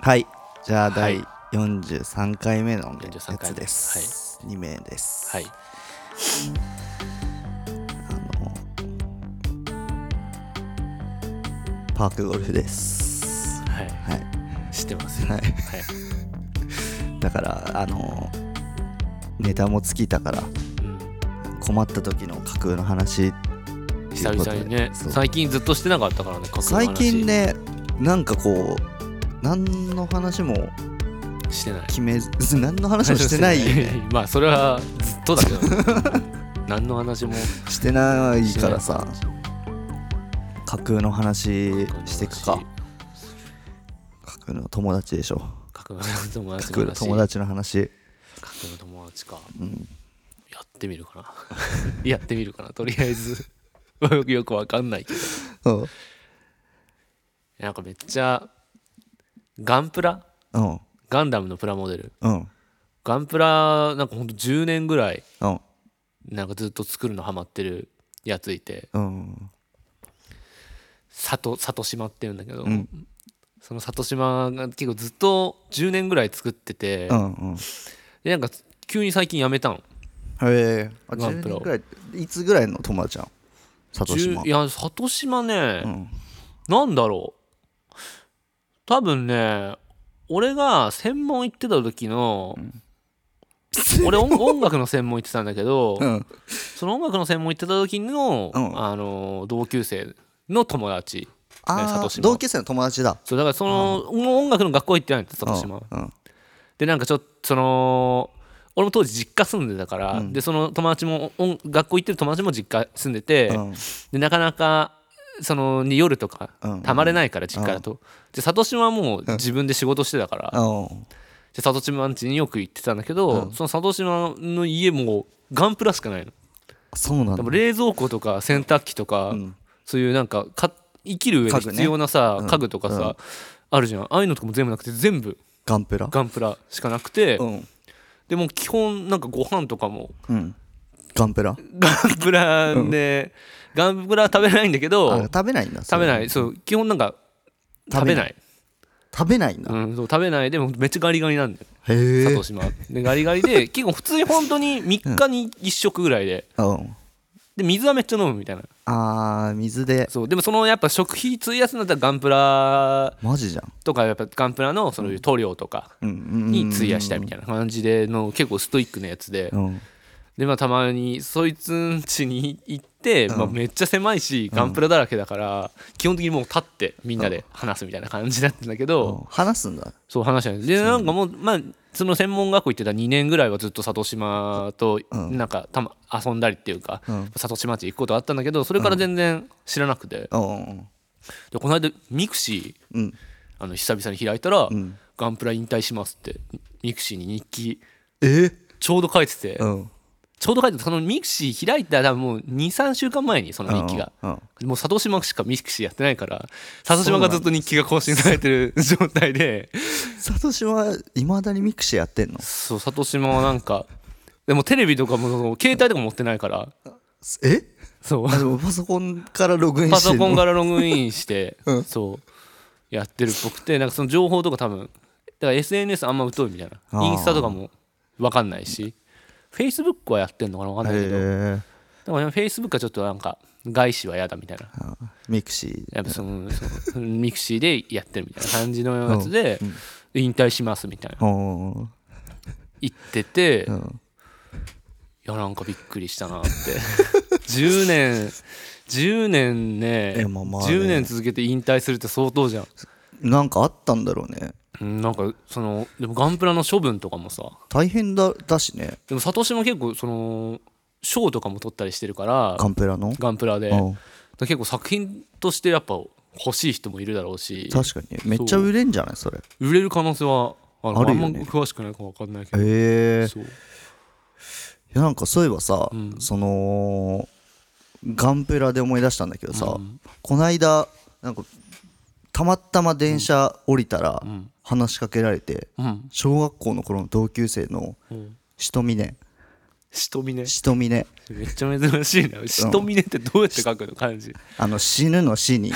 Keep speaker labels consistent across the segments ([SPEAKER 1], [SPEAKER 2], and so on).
[SPEAKER 1] はいじゃあ
[SPEAKER 2] は
[SPEAKER 1] 第
[SPEAKER 2] い
[SPEAKER 1] 43回目のや
[SPEAKER 2] 43回
[SPEAKER 1] つ
[SPEAKER 2] 目
[SPEAKER 1] です、2名です、
[SPEAKER 2] はい
[SPEAKER 1] あのパークゴルフです
[SPEAKER 2] はい
[SPEAKER 1] はい
[SPEAKER 2] 知ってますよ
[SPEAKER 1] はい
[SPEAKER 2] はい
[SPEAKER 1] だからあのネタも尽きたから
[SPEAKER 2] うん
[SPEAKER 1] 困った時の架空の話
[SPEAKER 2] 久々にね
[SPEAKER 1] そう
[SPEAKER 2] 最近ずっとしてなかったからね架空の話
[SPEAKER 1] 最近ねなんかこう何の話も
[SPEAKER 2] してない
[SPEAKER 1] 決めず何の話もしてないよね
[SPEAKER 2] まあ それはずっとだけ どね何の話も
[SPEAKER 1] してない
[SPEAKER 2] して
[SPEAKER 1] か
[SPEAKER 2] ない
[SPEAKER 1] ら さ架空の話してくか架空の友達でしょ
[SPEAKER 2] 架空の友
[SPEAKER 1] 架
[SPEAKER 2] 達
[SPEAKER 1] 空の友
[SPEAKER 2] 話
[SPEAKER 1] 達の話
[SPEAKER 2] 架空の友達か
[SPEAKER 1] うん
[SPEAKER 2] やってみるかな やってみるかなとりあえず よくよくわかんないけど
[SPEAKER 1] うん
[SPEAKER 2] なんかめっちゃガンプラ
[SPEAKER 1] うん
[SPEAKER 2] ガンダムのプラモデル
[SPEAKER 1] うん
[SPEAKER 2] ガンプラなんかほんと10年ぐらい
[SPEAKER 1] うん
[SPEAKER 2] なんかずっと作るのハマってるやついて
[SPEAKER 1] うん
[SPEAKER 2] 里里島っていうんだけど、
[SPEAKER 1] ん
[SPEAKER 2] その里島が結構ずっと10年ぐらい作ってて、
[SPEAKER 1] うんうん
[SPEAKER 2] でなんか急に最近やめたの
[SPEAKER 1] へえあ
[SPEAKER 2] ガン
[SPEAKER 1] 10
[SPEAKER 2] プラ
[SPEAKER 1] 年ぐらいいつぐらいの友達なの里島
[SPEAKER 2] 10いや里島ね、
[SPEAKER 1] ん
[SPEAKER 2] なんだろう多分ね俺が専門行ってた時の、俺音音楽の専門行ってたんだけど、
[SPEAKER 1] うん
[SPEAKER 2] その音楽の専門行ってた時の、
[SPEAKER 1] うん
[SPEAKER 2] あの同級生の友達
[SPEAKER 1] あ
[SPEAKER 2] 里
[SPEAKER 1] ー
[SPEAKER 2] 島
[SPEAKER 1] 同級生の友達だ
[SPEAKER 2] そうだからその、音楽の学校行ってないんだ
[SPEAKER 1] うん
[SPEAKER 2] 里島
[SPEAKER 1] うん
[SPEAKER 2] でなんかちょっとその俺も当時実家住んでたから、でその友達も音学校行ってる友達も実家住んでて、
[SPEAKER 1] うん
[SPEAKER 2] でなかなかそのに夜とか
[SPEAKER 1] うん
[SPEAKER 2] たまれないから実家だと、で里島はもう自分で仕事してたから、
[SPEAKER 1] うん
[SPEAKER 2] で里島ん家によく行ってたんだけど、その里島の家もガンプラしかないの
[SPEAKER 1] そうなん
[SPEAKER 2] で
[SPEAKER 1] だ
[SPEAKER 2] も冷蔵庫とか洗濯機とか、そういうなんかか生きる上で
[SPEAKER 1] 家具ね
[SPEAKER 2] 必要なさ家具,、とかさ、あるじゃんああいうのとかも全部なくて全部
[SPEAKER 1] ガンプラ
[SPEAKER 2] ガンプラしかなくて、
[SPEAKER 1] うん
[SPEAKER 2] でもう基本なんかご飯とかも
[SPEAKER 1] うんガンプラ
[SPEAKER 2] ガンプラで、ガンプラは食べないんだけ
[SPEAKER 1] あ
[SPEAKER 2] ど
[SPEAKER 1] 食べないんだそ
[SPEAKER 2] 食
[SPEAKER 1] れ
[SPEAKER 2] べないそう基本なんか
[SPEAKER 1] 食
[SPEAKER 2] 食
[SPEAKER 1] べ
[SPEAKER 2] べ
[SPEAKER 1] な
[SPEAKER 2] ない
[SPEAKER 1] 食べないんだ
[SPEAKER 2] うん、そう食べないでもめっちゃガリガリなんだよ
[SPEAKER 1] へえ
[SPEAKER 2] 佐藤島でガリガ リで結構普通に本当に3日に1食ぐらいで
[SPEAKER 1] うん
[SPEAKER 2] で水はめっちゃ飲むみたいな
[SPEAKER 1] あー水で
[SPEAKER 2] そうでもそのやっぱ食費費やすんだったらガンプラ
[SPEAKER 1] マジじゃん
[SPEAKER 2] とかやっぱガンプラのそういう塗料とか
[SPEAKER 1] うんうん
[SPEAKER 2] に費やしたいみたいな感じでの結構ストイックなやつで
[SPEAKER 1] うん
[SPEAKER 2] でまあたまにそいつん家に行って、まあ、めっちゃ狭いしガンプラだらけだから基本的にもう立ってみんなで話すみたいな感じだったんだけど、
[SPEAKER 1] うん話すんだ
[SPEAKER 2] そう話したんですでなんかもうまあその専門学校行ってた2年ぐらいはずっと里島と
[SPEAKER 1] うん
[SPEAKER 2] なんかた、ま、遊んだりっていうか、
[SPEAKER 1] うん
[SPEAKER 2] 里島町行くことあったんだけどそれから全然知らなくて、で
[SPEAKER 1] うんうん
[SPEAKER 2] この間ミクシー
[SPEAKER 1] うん
[SPEAKER 2] あの久々に開いたら、
[SPEAKER 1] ん
[SPEAKER 2] ガンプラ引退します」ってミクシーに日記
[SPEAKER 1] え
[SPEAKER 2] ちょうど書いてて、
[SPEAKER 1] うん
[SPEAKER 2] ちょうど書いててそのミクシー開いたら多分もう23週間前にその日記が。
[SPEAKER 1] うん
[SPEAKER 2] もう佐渡島しかミクシーやってないから佐渡島がずっと日記が更新されてる状態で
[SPEAKER 1] 里島はいまだにミクシーやってんの
[SPEAKER 2] そう里島はなん かでもテレビとかもその携帯とか持ってないから
[SPEAKER 1] え
[SPEAKER 2] そ う
[SPEAKER 1] あでもパソコンからログインして
[SPEAKER 2] パソコン
[SPEAKER 1] が
[SPEAKER 2] からログインして、
[SPEAKER 1] うん
[SPEAKER 2] そうやってるっぽくてなんかその情報とか多分だから SNS あんま疎いみたい
[SPEAKER 1] あー
[SPEAKER 2] なインスタとかも分かんないし Facebook はやってんのかな分かんないけど、
[SPEAKER 1] へ
[SPEAKER 2] でも Facebook はちょっとなんか外資は嫌だみたいな
[SPEAKER 1] えミクシー
[SPEAKER 2] やっぱそのそのミクシーでやってるみたいな感じのやつで引退しますみたいな
[SPEAKER 1] うんうん
[SPEAKER 2] 言ってて、
[SPEAKER 1] うん
[SPEAKER 2] いやなんかびっくりしたなって 10年10年ね
[SPEAKER 1] いやまあまあね
[SPEAKER 2] 10年続けて引退するって相当じゃん
[SPEAKER 1] なんかあったんだろうね
[SPEAKER 2] うんなんかそのでもガンプラの処分とかもさ
[SPEAKER 1] 大変だだしね
[SPEAKER 2] でもサトシも結構その賞とかも取ったりしてるから
[SPEAKER 1] ガンプラの
[SPEAKER 2] ガンプラで
[SPEAKER 1] うん
[SPEAKER 2] だから結構作品としてやっぱ欲しい人もいるだろうし
[SPEAKER 1] 確かにめっちゃ売れんじゃないそれへ
[SPEAKER 2] 売れる可能性はあの
[SPEAKER 1] あるよね
[SPEAKER 2] あんま詳しくないか分かんないけど、
[SPEAKER 1] え
[SPEAKER 2] そう
[SPEAKER 1] いやなんかそういえばさ、
[SPEAKER 2] ん
[SPEAKER 1] そのガンプラで思い出したんだけどさ、
[SPEAKER 2] うん
[SPEAKER 1] こないだなんかたまたま電車降りたら
[SPEAKER 2] ん
[SPEAKER 1] 話しかけられて、
[SPEAKER 2] うん
[SPEAKER 1] 小学校の頃の同級生の
[SPEAKER 2] うん
[SPEAKER 1] しとみね
[SPEAKER 2] 瞳ね
[SPEAKER 1] しとみね
[SPEAKER 2] めっちゃ珍しいなしとみねってどうやって書くの漢字
[SPEAKER 1] あの死ぬの死 に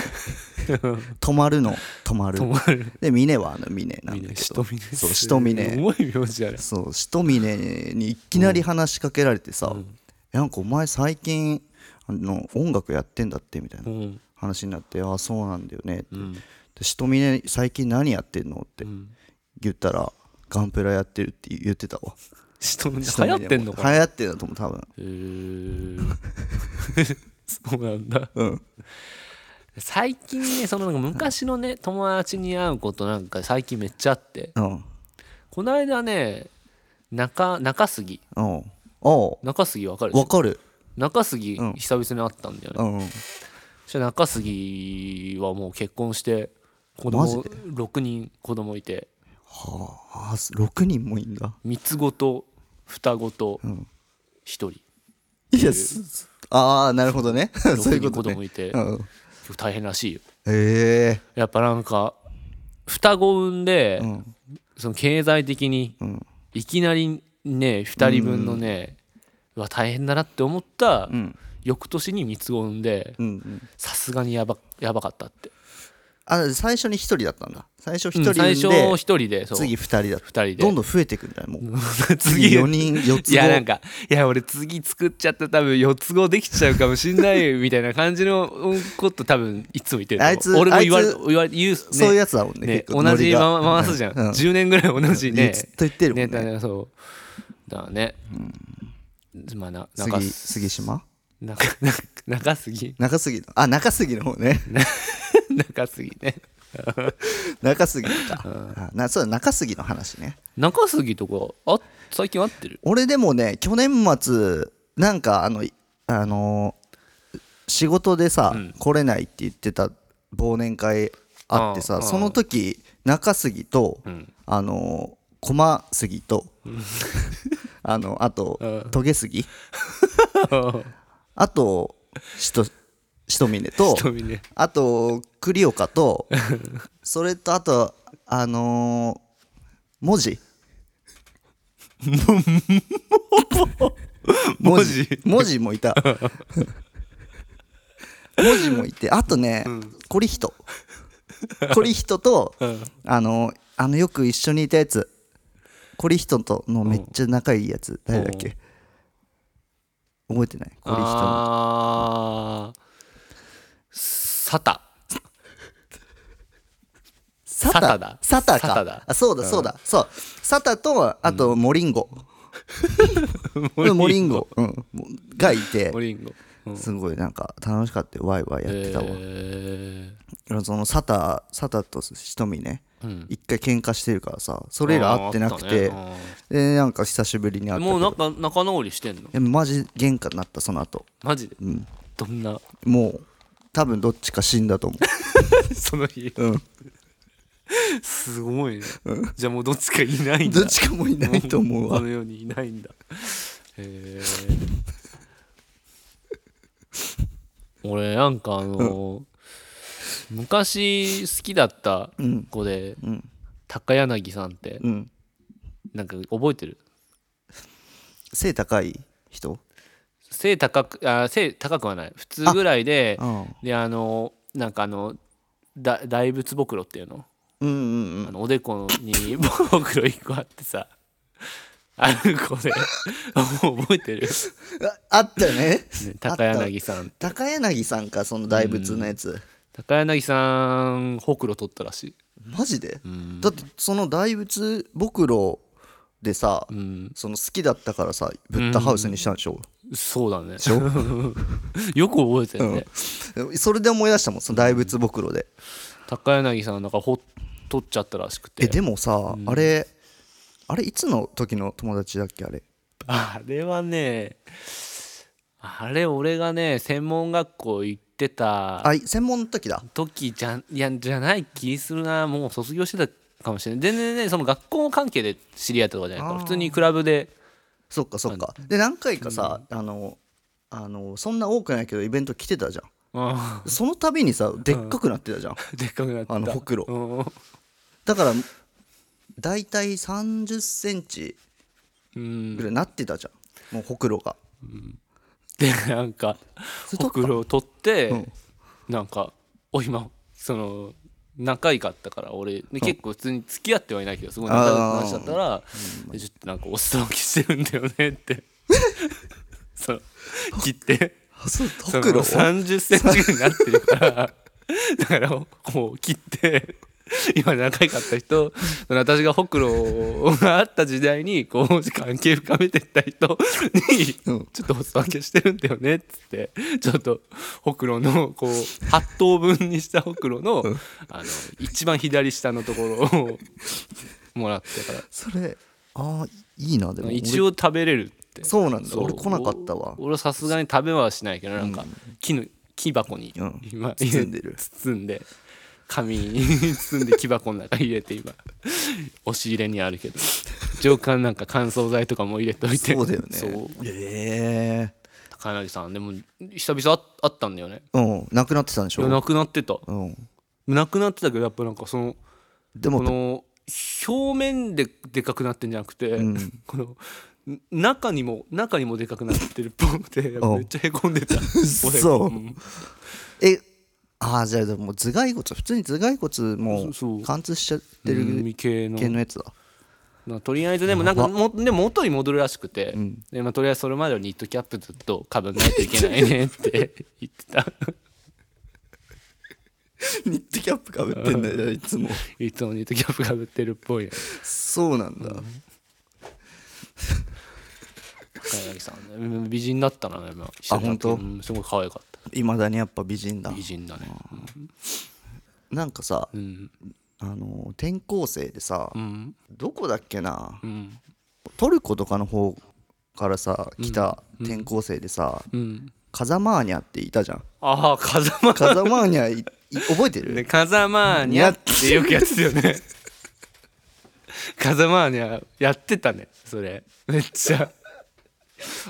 [SPEAKER 1] 止まるの止まる
[SPEAKER 2] 止まる
[SPEAKER 1] で峰はあの峰な
[SPEAKER 2] み
[SPEAKER 1] んだ
[SPEAKER 2] ね
[SPEAKER 1] け
[SPEAKER 2] し
[SPEAKER 1] ど
[SPEAKER 2] とみね
[SPEAKER 1] そうしとみね
[SPEAKER 2] 重い名字あれ
[SPEAKER 1] そうしとみねにいきなり話しかけられてさ「えなんかお前最近あの音楽やってんだって」みたいうなん話になって「ああそうなんだよね」って
[SPEAKER 2] うん
[SPEAKER 1] で「しとみね最近何やってんの?」って
[SPEAKER 2] うん
[SPEAKER 1] 言ったら「ガンプラやってる」って言ってたわ
[SPEAKER 2] しとみね流行ってんのかな
[SPEAKER 1] 流行ってんだと思う多分
[SPEAKER 2] へーそうなんだ
[SPEAKER 1] うん
[SPEAKER 2] 最近ねそのなんか昔のね友達に会うことなんか最近めっちゃあって
[SPEAKER 1] うん
[SPEAKER 2] この間ね中中杉
[SPEAKER 1] うんお
[SPEAKER 2] 中杉わかる
[SPEAKER 1] うわかる
[SPEAKER 2] 中杉
[SPEAKER 1] うん
[SPEAKER 2] 久々に会ったんだよね、
[SPEAKER 1] うん
[SPEAKER 2] そしたら中杉はもう結婚して子
[SPEAKER 1] マ
[SPEAKER 2] 供
[SPEAKER 1] ジで
[SPEAKER 2] 6人子供いて
[SPEAKER 1] はああ6人もいんだ
[SPEAKER 2] 三つ子と双子と
[SPEAKER 1] ん
[SPEAKER 2] 1人、
[SPEAKER 1] いやすああなるほどね そうい
[SPEAKER 2] 6
[SPEAKER 1] うこ
[SPEAKER 2] 人子
[SPEAKER 1] と
[SPEAKER 2] 供
[SPEAKER 1] ね
[SPEAKER 2] いて、
[SPEAKER 1] うん
[SPEAKER 2] 結構大変らしいよ
[SPEAKER 1] え
[SPEAKER 2] やっぱなんか双子産んで、
[SPEAKER 1] えうん
[SPEAKER 2] その経済的に
[SPEAKER 1] うん
[SPEAKER 2] いきなりね2人分のね、うわ大変だなって思った
[SPEAKER 1] うん
[SPEAKER 2] 翌年に三つ子産んで
[SPEAKER 1] うんうん
[SPEAKER 2] さすがにやばやばかったって
[SPEAKER 1] あ最初に1人だったんだ最初1人
[SPEAKER 2] うん最初1
[SPEAKER 1] で
[SPEAKER 2] 人でそう
[SPEAKER 1] 次2人だっ
[SPEAKER 2] 2
[SPEAKER 1] た
[SPEAKER 2] 人で
[SPEAKER 1] どんどん増えていくんだよもう
[SPEAKER 2] 次
[SPEAKER 1] 4人4つ
[SPEAKER 2] いやなん
[SPEAKER 1] 後
[SPEAKER 2] かいや俺次作っちゃったら多分4つ子できちゃうかもしんないみたいな感じのこと多分いつも言ってると思う
[SPEAKER 1] あいつ
[SPEAKER 2] 俺も言われ
[SPEAKER 1] あいつ
[SPEAKER 2] 言われ言うね
[SPEAKER 1] そういうやつだもんね
[SPEAKER 2] ね
[SPEAKER 1] 結構
[SPEAKER 2] 同じ
[SPEAKER 1] ノ
[SPEAKER 2] ま
[SPEAKER 1] リ
[SPEAKER 2] ま
[SPEAKER 1] が
[SPEAKER 2] 回すじゃん、
[SPEAKER 1] うん
[SPEAKER 2] 10年ぐらい同じね
[SPEAKER 1] ずっと言ってるもん
[SPEAKER 2] だか
[SPEAKER 1] ね
[SPEAKER 2] らそうだからね、まあな中
[SPEAKER 1] 杉杉島
[SPEAKER 2] 中 中中杉
[SPEAKER 1] 中杉のあ中杉の方ね
[SPEAKER 2] 中杉ね
[SPEAKER 1] 中杉かあなそうだ中杉の話ね
[SPEAKER 2] 中杉とかあ最近会ってる
[SPEAKER 1] 俺でもね去年末なんかあのいあのー仕事でさ、
[SPEAKER 2] うん
[SPEAKER 1] 来れないって言ってた忘年会あって
[SPEAKER 2] あ
[SPEAKER 1] さ
[SPEAKER 2] あ
[SPEAKER 1] その時中杉と、
[SPEAKER 2] うん
[SPEAKER 1] あのー駒杉と、 あのあと
[SPEAKER 2] うん
[SPEAKER 1] トゲ杉あとしとしとみねと
[SPEAKER 2] 瞳ね
[SPEAKER 1] あと栗岡とそれとあとあのー文 字文字文字もいた文字もいてあとね、コリヒトコリヒトと、
[SPEAKER 2] うん
[SPEAKER 1] あのーあのよく一緒にいたやつコリヒトとのめっちゃ仲いいやつ、誰だっけ、覚えてないコリヒトの
[SPEAKER 2] ああサタ
[SPEAKER 1] サ
[SPEAKER 2] サタだ
[SPEAKER 1] サタか
[SPEAKER 2] サタだ
[SPEAKER 1] あそうだそうだ、そうサタとあとモリン ゴ、うん、モリンゴ、うん、もうがいて
[SPEAKER 2] モリンゴうん
[SPEAKER 1] すごいなんか楽しかったよワイワイやってたわ、
[SPEAKER 2] え
[SPEAKER 1] そのサタサタとしとみね
[SPEAKER 2] ーうん
[SPEAKER 1] 一回喧嘩してるからさそれ以来会ってなくて、
[SPEAKER 2] あーあったね
[SPEAKER 1] でなんか久しぶりに会っ
[SPEAKER 2] うん
[SPEAKER 1] たけど
[SPEAKER 2] もうなんか仲直りしてんの
[SPEAKER 1] いやマジ喧嘩になったその後
[SPEAKER 2] マジで
[SPEAKER 1] うん
[SPEAKER 2] ど んな
[SPEAKER 1] もう多分どっちか死んだと思
[SPEAKER 2] その日
[SPEAKER 1] う、うん、
[SPEAKER 2] すごいねじゃあもうどっちかいないんだ
[SPEAKER 1] どっちかもいないと思う
[SPEAKER 2] こ
[SPEAKER 1] わ
[SPEAKER 2] の世にいないんだへえ 俺なんかあのー昔好きだった
[SPEAKER 1] うん
[SPEAKER 2] 子で
[SPEAKER 1] うん
[SPEAKER 2] 高柳さんって
[SPEAKER 1] うん
[SPEAKER 2] なんか覚えてる
[SPEAKER 1] 背高い人
[SPEAKER 2] 背高くあ背高くはない普通ぐらいで
[SPEAKER 1] あ
[SPEAKER 2] であのーなんかあのだ大仏ぼくろっていうの
[SPEAKER 1] うんうんうん
[SPEAKER 2] あのおでこにぼくろ1個あってさ ある子でもう 覚えてる、
[SPEAKER 1] ああったよね
[SPEAKER 2] ね高柳さん
[SPEAKER 1] 高柳さんかその大仏のやつ、
[SPEAKER 2] 高柳さんほくろ取ったらしい
[SPEAKER 1] マジで、
[SPEAKER 2] ん
[SPEAKER 1] だってその大仏牧路でさ、
[SPEAKER 2] うん
[SPEAKER 1] その好きだったからさブッダハウスにしたんでしょ、
[SPEAKER 2] そうだね よく覚えてるね、
[SPEAKER 1] それで思い出したもん その大仏牧路で、
[SPEAKER 2] 高柳さんなんかほ取っちゃったらしくて
[SPEAKER 1] えでもさ、あれあれいつの時の友達だっけあれ
[SPEAKER 2] あれはねあれ俺がね専門学校行ってた
[SPEAKER 1] あい専門の時だ
[SPEAKER 2] 時じゃんいやじゃない気するなもう卒業してたかもしれない全然ねその学校関係で知り合ったとかじゃないから
[SPEAKER 1] あー
[SPEAKER 2] 普通にクラブで
[SPEAKER 1] そっかそっかで何回かさ、あのあのそんな多くないけどイベント来てたじゃん
[SPEAKER 2] うん
[SPEAKER 1] その度にさでっかくなってたじゃん、
[SPEAKER 2] でっかくなってた
[SPEAKER 1] あのほくろ
[SPEAKER 2] うん
[SPEAKER 1] だからだいたい3 0ンチ
[SPEAKER 2] うん
[SPEAKER 1] ぐらいなってたじゃん、もうほくろが、
[SPEAKER 2] でなんか
[SPEAKER 1] それ撮
[SPEAKER 2] ほ
[SPEAKER 1] った
[SPEAKER 2] くろを取って、
[SPEAKER 1] うん
[SPEAKER 2] なんか「お今その仲良かったから俺で結構普通に付き合ってはいないけどすごい仲良く話だったらでちょっとなんかお裾分けしてるんだよね」って その切って
[SPEAKER 1] あそう
[SPEAKER 2] そ
[SPEAKER 1] ほ
[SPEAKER 2] の
[SPEAKER 1] くろを
[SPEAKER 2] 30センチぐらいになってるからだからこう切って今仲良かった人その私がほくろがあった時代にこう関係深めてった人
[SPEAKER 1] う
[SPEAKER 2] に
[SPEAKER 1] ん
[SPEAKER 2] ちょっとお裾分けしてるんだよねっつってちょっとほくろのこう8等分にしたほくろのあの一番左下のところをもらってか
[SPEAKER 1] それああいいなでも
[SPEAKER 2] ら一応食べれるって
[SPEAKER 1] 俺そうなんだ
[SPEAKER 2] そう
[SPEAKER 1] 俺来なかったわ
[SPEAKER 2] お俺はさすがに食べはしないけどなんか木の木箱に
[SPEAKER 1] うん
[SPEAKER 2] 今
[SPEAKER 1] 包んでる
[SPEAKER 2] 包んで紙に 包んで木箱の中に入れて今押し入れにあるけど上官なんか乾燥剤とかも入れておいて
[SPEAKER 1] そうだよね
[SPEAKER 2] そう
[SPEAKER 1] え
[SPEAKER 2] 高柳さんでも久々ああったんだよね
[SPEAKER 1] えうんなくなってたんでし
[SPEAKER 2] いや
[SPEAKER 1] ょ
[SPEAKER 2] なくなってた
[SPEAKER 1] うん
[SPEAKER 2] なくなってたけどやっぱなんかその
[SPEAKER 1] でも
[SPEAKER 2] この表面ででかくなってんじゃなくて、
[SPEAKER 1] ん
[SPEAKER 2] このん中にも中にもでかくなってるっぽくて
[SPEAKER 1] うん
[SPEAKER 2] めっちゃへこんでた
[SPEAKER 1] 嘘
[SPEAKER 2] 俺ん
[SPEAKER 1] えああじゃあでも頭蓋骨普通に頭蓋骨も
[SPEAKER 2] そう
[SPEAKER 1] 貫通しちゃってる
[SPEAKER 2] 海系の
[SPEAKER 1] 系のやつだ
[SPEAKER 2] まあとりあえずでもなんかもでも元に戻るらしくて、
[SPEAKER 1] ん
[SPEAKER 2] でまあ、とりあえずそれまではニットキャップずっとかぶんないといけないねって言って た
[SPEAKER 1] ニットキャップかぶってんだよいつも
[SPEAKER 2] いつもニットキャップかぶってるっぽいね
[SPEAKER 1] そうなんだ
[SPEAKER 2] 高柳さんねうん美人だったな今
[SPEAKER 1] あ本当
[SPEAKER 2] うんすごい可愛かっ
[SPEAKER 1] いまだにやっぱ美人だ
[SPEAKER 2] た美人だね
[SPEAKER 1] なんかさ
[SPEAKER 2] うん
[SPEAKER 1] あのー転校生でさ
[SPEAKER 2] うん
[SPEAKER 1] どこだっけな
[SPEAKER 2] うん
[SPEAKER 1] トルコとかの方からさ来た転校生でさ
[SPEAKER 2] うん
[SPEAKER 1] カザマーニャっていたじゃん
[SPEAKER 2] ああ風間
[SPEAKER 1] カザマーニ ャいい覚えてる
[SPEAKER 2] ね、風間にゃってよくやってたよね風間にゃやってたねそれめっちゃ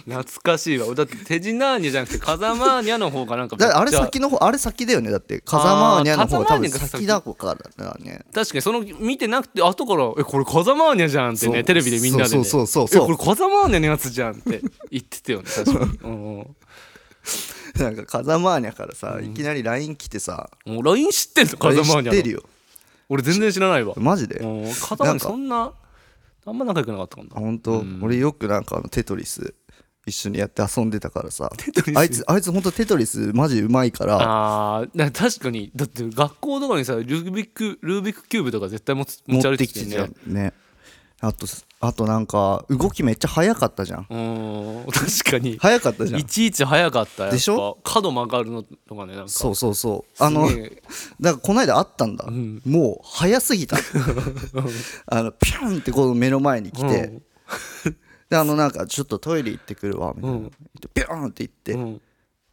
[SPEAKER 2] 懐かしいわだって手品にゃじゃなくて風間にゃの方がなんかめっちゃ
[SPEAKER 1] だあれ先の方あれ先だよねだってカザマーニャの方が多分
[SPEAKER 2] カザマー
[SPEAKER 1] 先
[SPEAKER 2] ニャ
[SPEAKER 1] だからね
[SPEAKER 2] 確かにその見てなくて後から「えこれ風間にゃじゃん」って
[SPEAKER 1] そ
[SPEAKER 2] ね
[SPEAKER 1] う
[SPEAKER 2] テレビでみんなで、ね「
[SPEAKER 1] そうそうそうそう
[SPEAKER 2] えこれ風間にゃのやつじゃん」って言ってたよね確かに、うんうん
[SPEAKER 1] なんかカザマーニャからさいきなり LINE 来てさ
[SPEAKER 2] もう LINE 知ってんの風間にゃの
[SPEAKER 1] 知ってるよ
[SPEAKER 2] 俺全然知らないわ
[SPEAKER 1] マジで
[SPEAKER 2] うん風
[SPEAKER 1] な
[SPEAKER 2] 間
[SPEAKER 1] ん
[SPEAKER 2] に
[SPEAKER 1] か
[SPEAKER 2] そんなあんま仲良くなかったもんな
[SPEAKER 1] あ本当、俺よくなんかあのテトリス一緒にやって遊んでたからさ
[SPEAKER 2] トリス
[SPEAKER 1] あいつあいつ本当テトリスマジうまいから
[SPEAKER 2] あーな確かにだって学校とかにさルービックルービックキューブとか絶対持ち持
[SPEAKER 1] 持
[SPEAKER 2] ち歩
[SPEAKER 1] っ
[SPEAKER 2] い
[SPEAKER 1] て
[SPEAKER 2] てき
[SPEAKER 1] きて
[SPEAKER 2] てん
[SPEAKER 1] たよ
[SPEAKER 2] ね
[SPEAKER 1] ねあとあとなんか動きめっちゃ速かったじゃん
[SPEAKER 2] うーん確かに
[SPEAKER 1] 速かったじゃん
[SPEAKER 2] いちいち早かったやっぱ
[SPEAKER 1] でしょ
[SPEAKER 2] 角曲がるのとかねなんか
[SPEAKER 1] そううそうそうあの
[SPEAKER 2] すげえ
[SPEAKER 1] だからこの間会ったんだ、
[SPEAKER 2] ん
[SPEAKER 1] もう速すぎたあのピュンってこの目の前に来て、
[SPEAKER 2] うん
[SPEAKER 1] であのなんかちょっとトイレ行ってくるわみたいな、ピューンって行って、
[SPEAKER 2] うん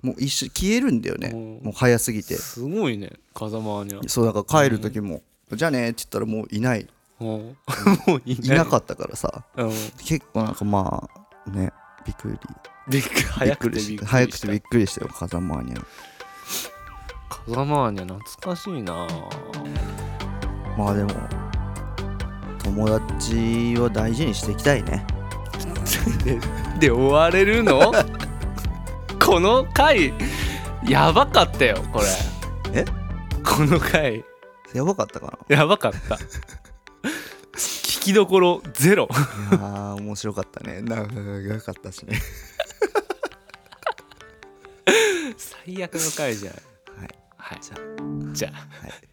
[SPEAKER 1] もう一瞬消えるんだよね、
[SPEAKER 2] うん
[SPEAKER 1] もう速すぎて
[SPEAKER 2] すごいね風間にゃ
[SPEAKER 1] そうだから帰る時も「じゃあね」って言ったらもういない
[SPEAKER 2] うん もうい
[SPEAKER 1] い
[SPEAKER 2] ない
[SPEAKER 1] なかったからさ
[SPEAKER 2] うん
[SPEAKER 1] 結構なんかまあねびっくり
[SPEAKER 2] びっくり
[SPEAKER 1] び
[SPEAKER 2] 早
[SPEAKER 1] っく
[SPEAKER 2] くて
[SPEAKER 1] り
[SPEAKER 2] び
[SPEAKER 1] し
[SPEAKER 2] っく
[SPEAKER 1] た
[SPEAKER 2] り
[SPEAKER 1] 早くてびっくりしたよ風間に
[SPEAKER 2] 風間にゃ懐かしいな
[SPEAKER 1] まあでも友達を大事にしていきたいね
[SPEAKER 2] で終われるの この回やばかったよこれ
[SPEAKER 1] え
[SPEAKER 2] この回
[SPEAKER 1] やばかったか
[SPEAKER 2] やばかった 聞きどころゼロ
[SPEAKER 1] ないやー面白かったね長かったしね
[SPEAKER 2] 最悪の回じゃん
[SPEAKER 1] はい
[SPEAKER 2] はい
[SPEAKER 1] じゃ
[SPEAKER 2] じゃあ
[SPEAKER 1] はい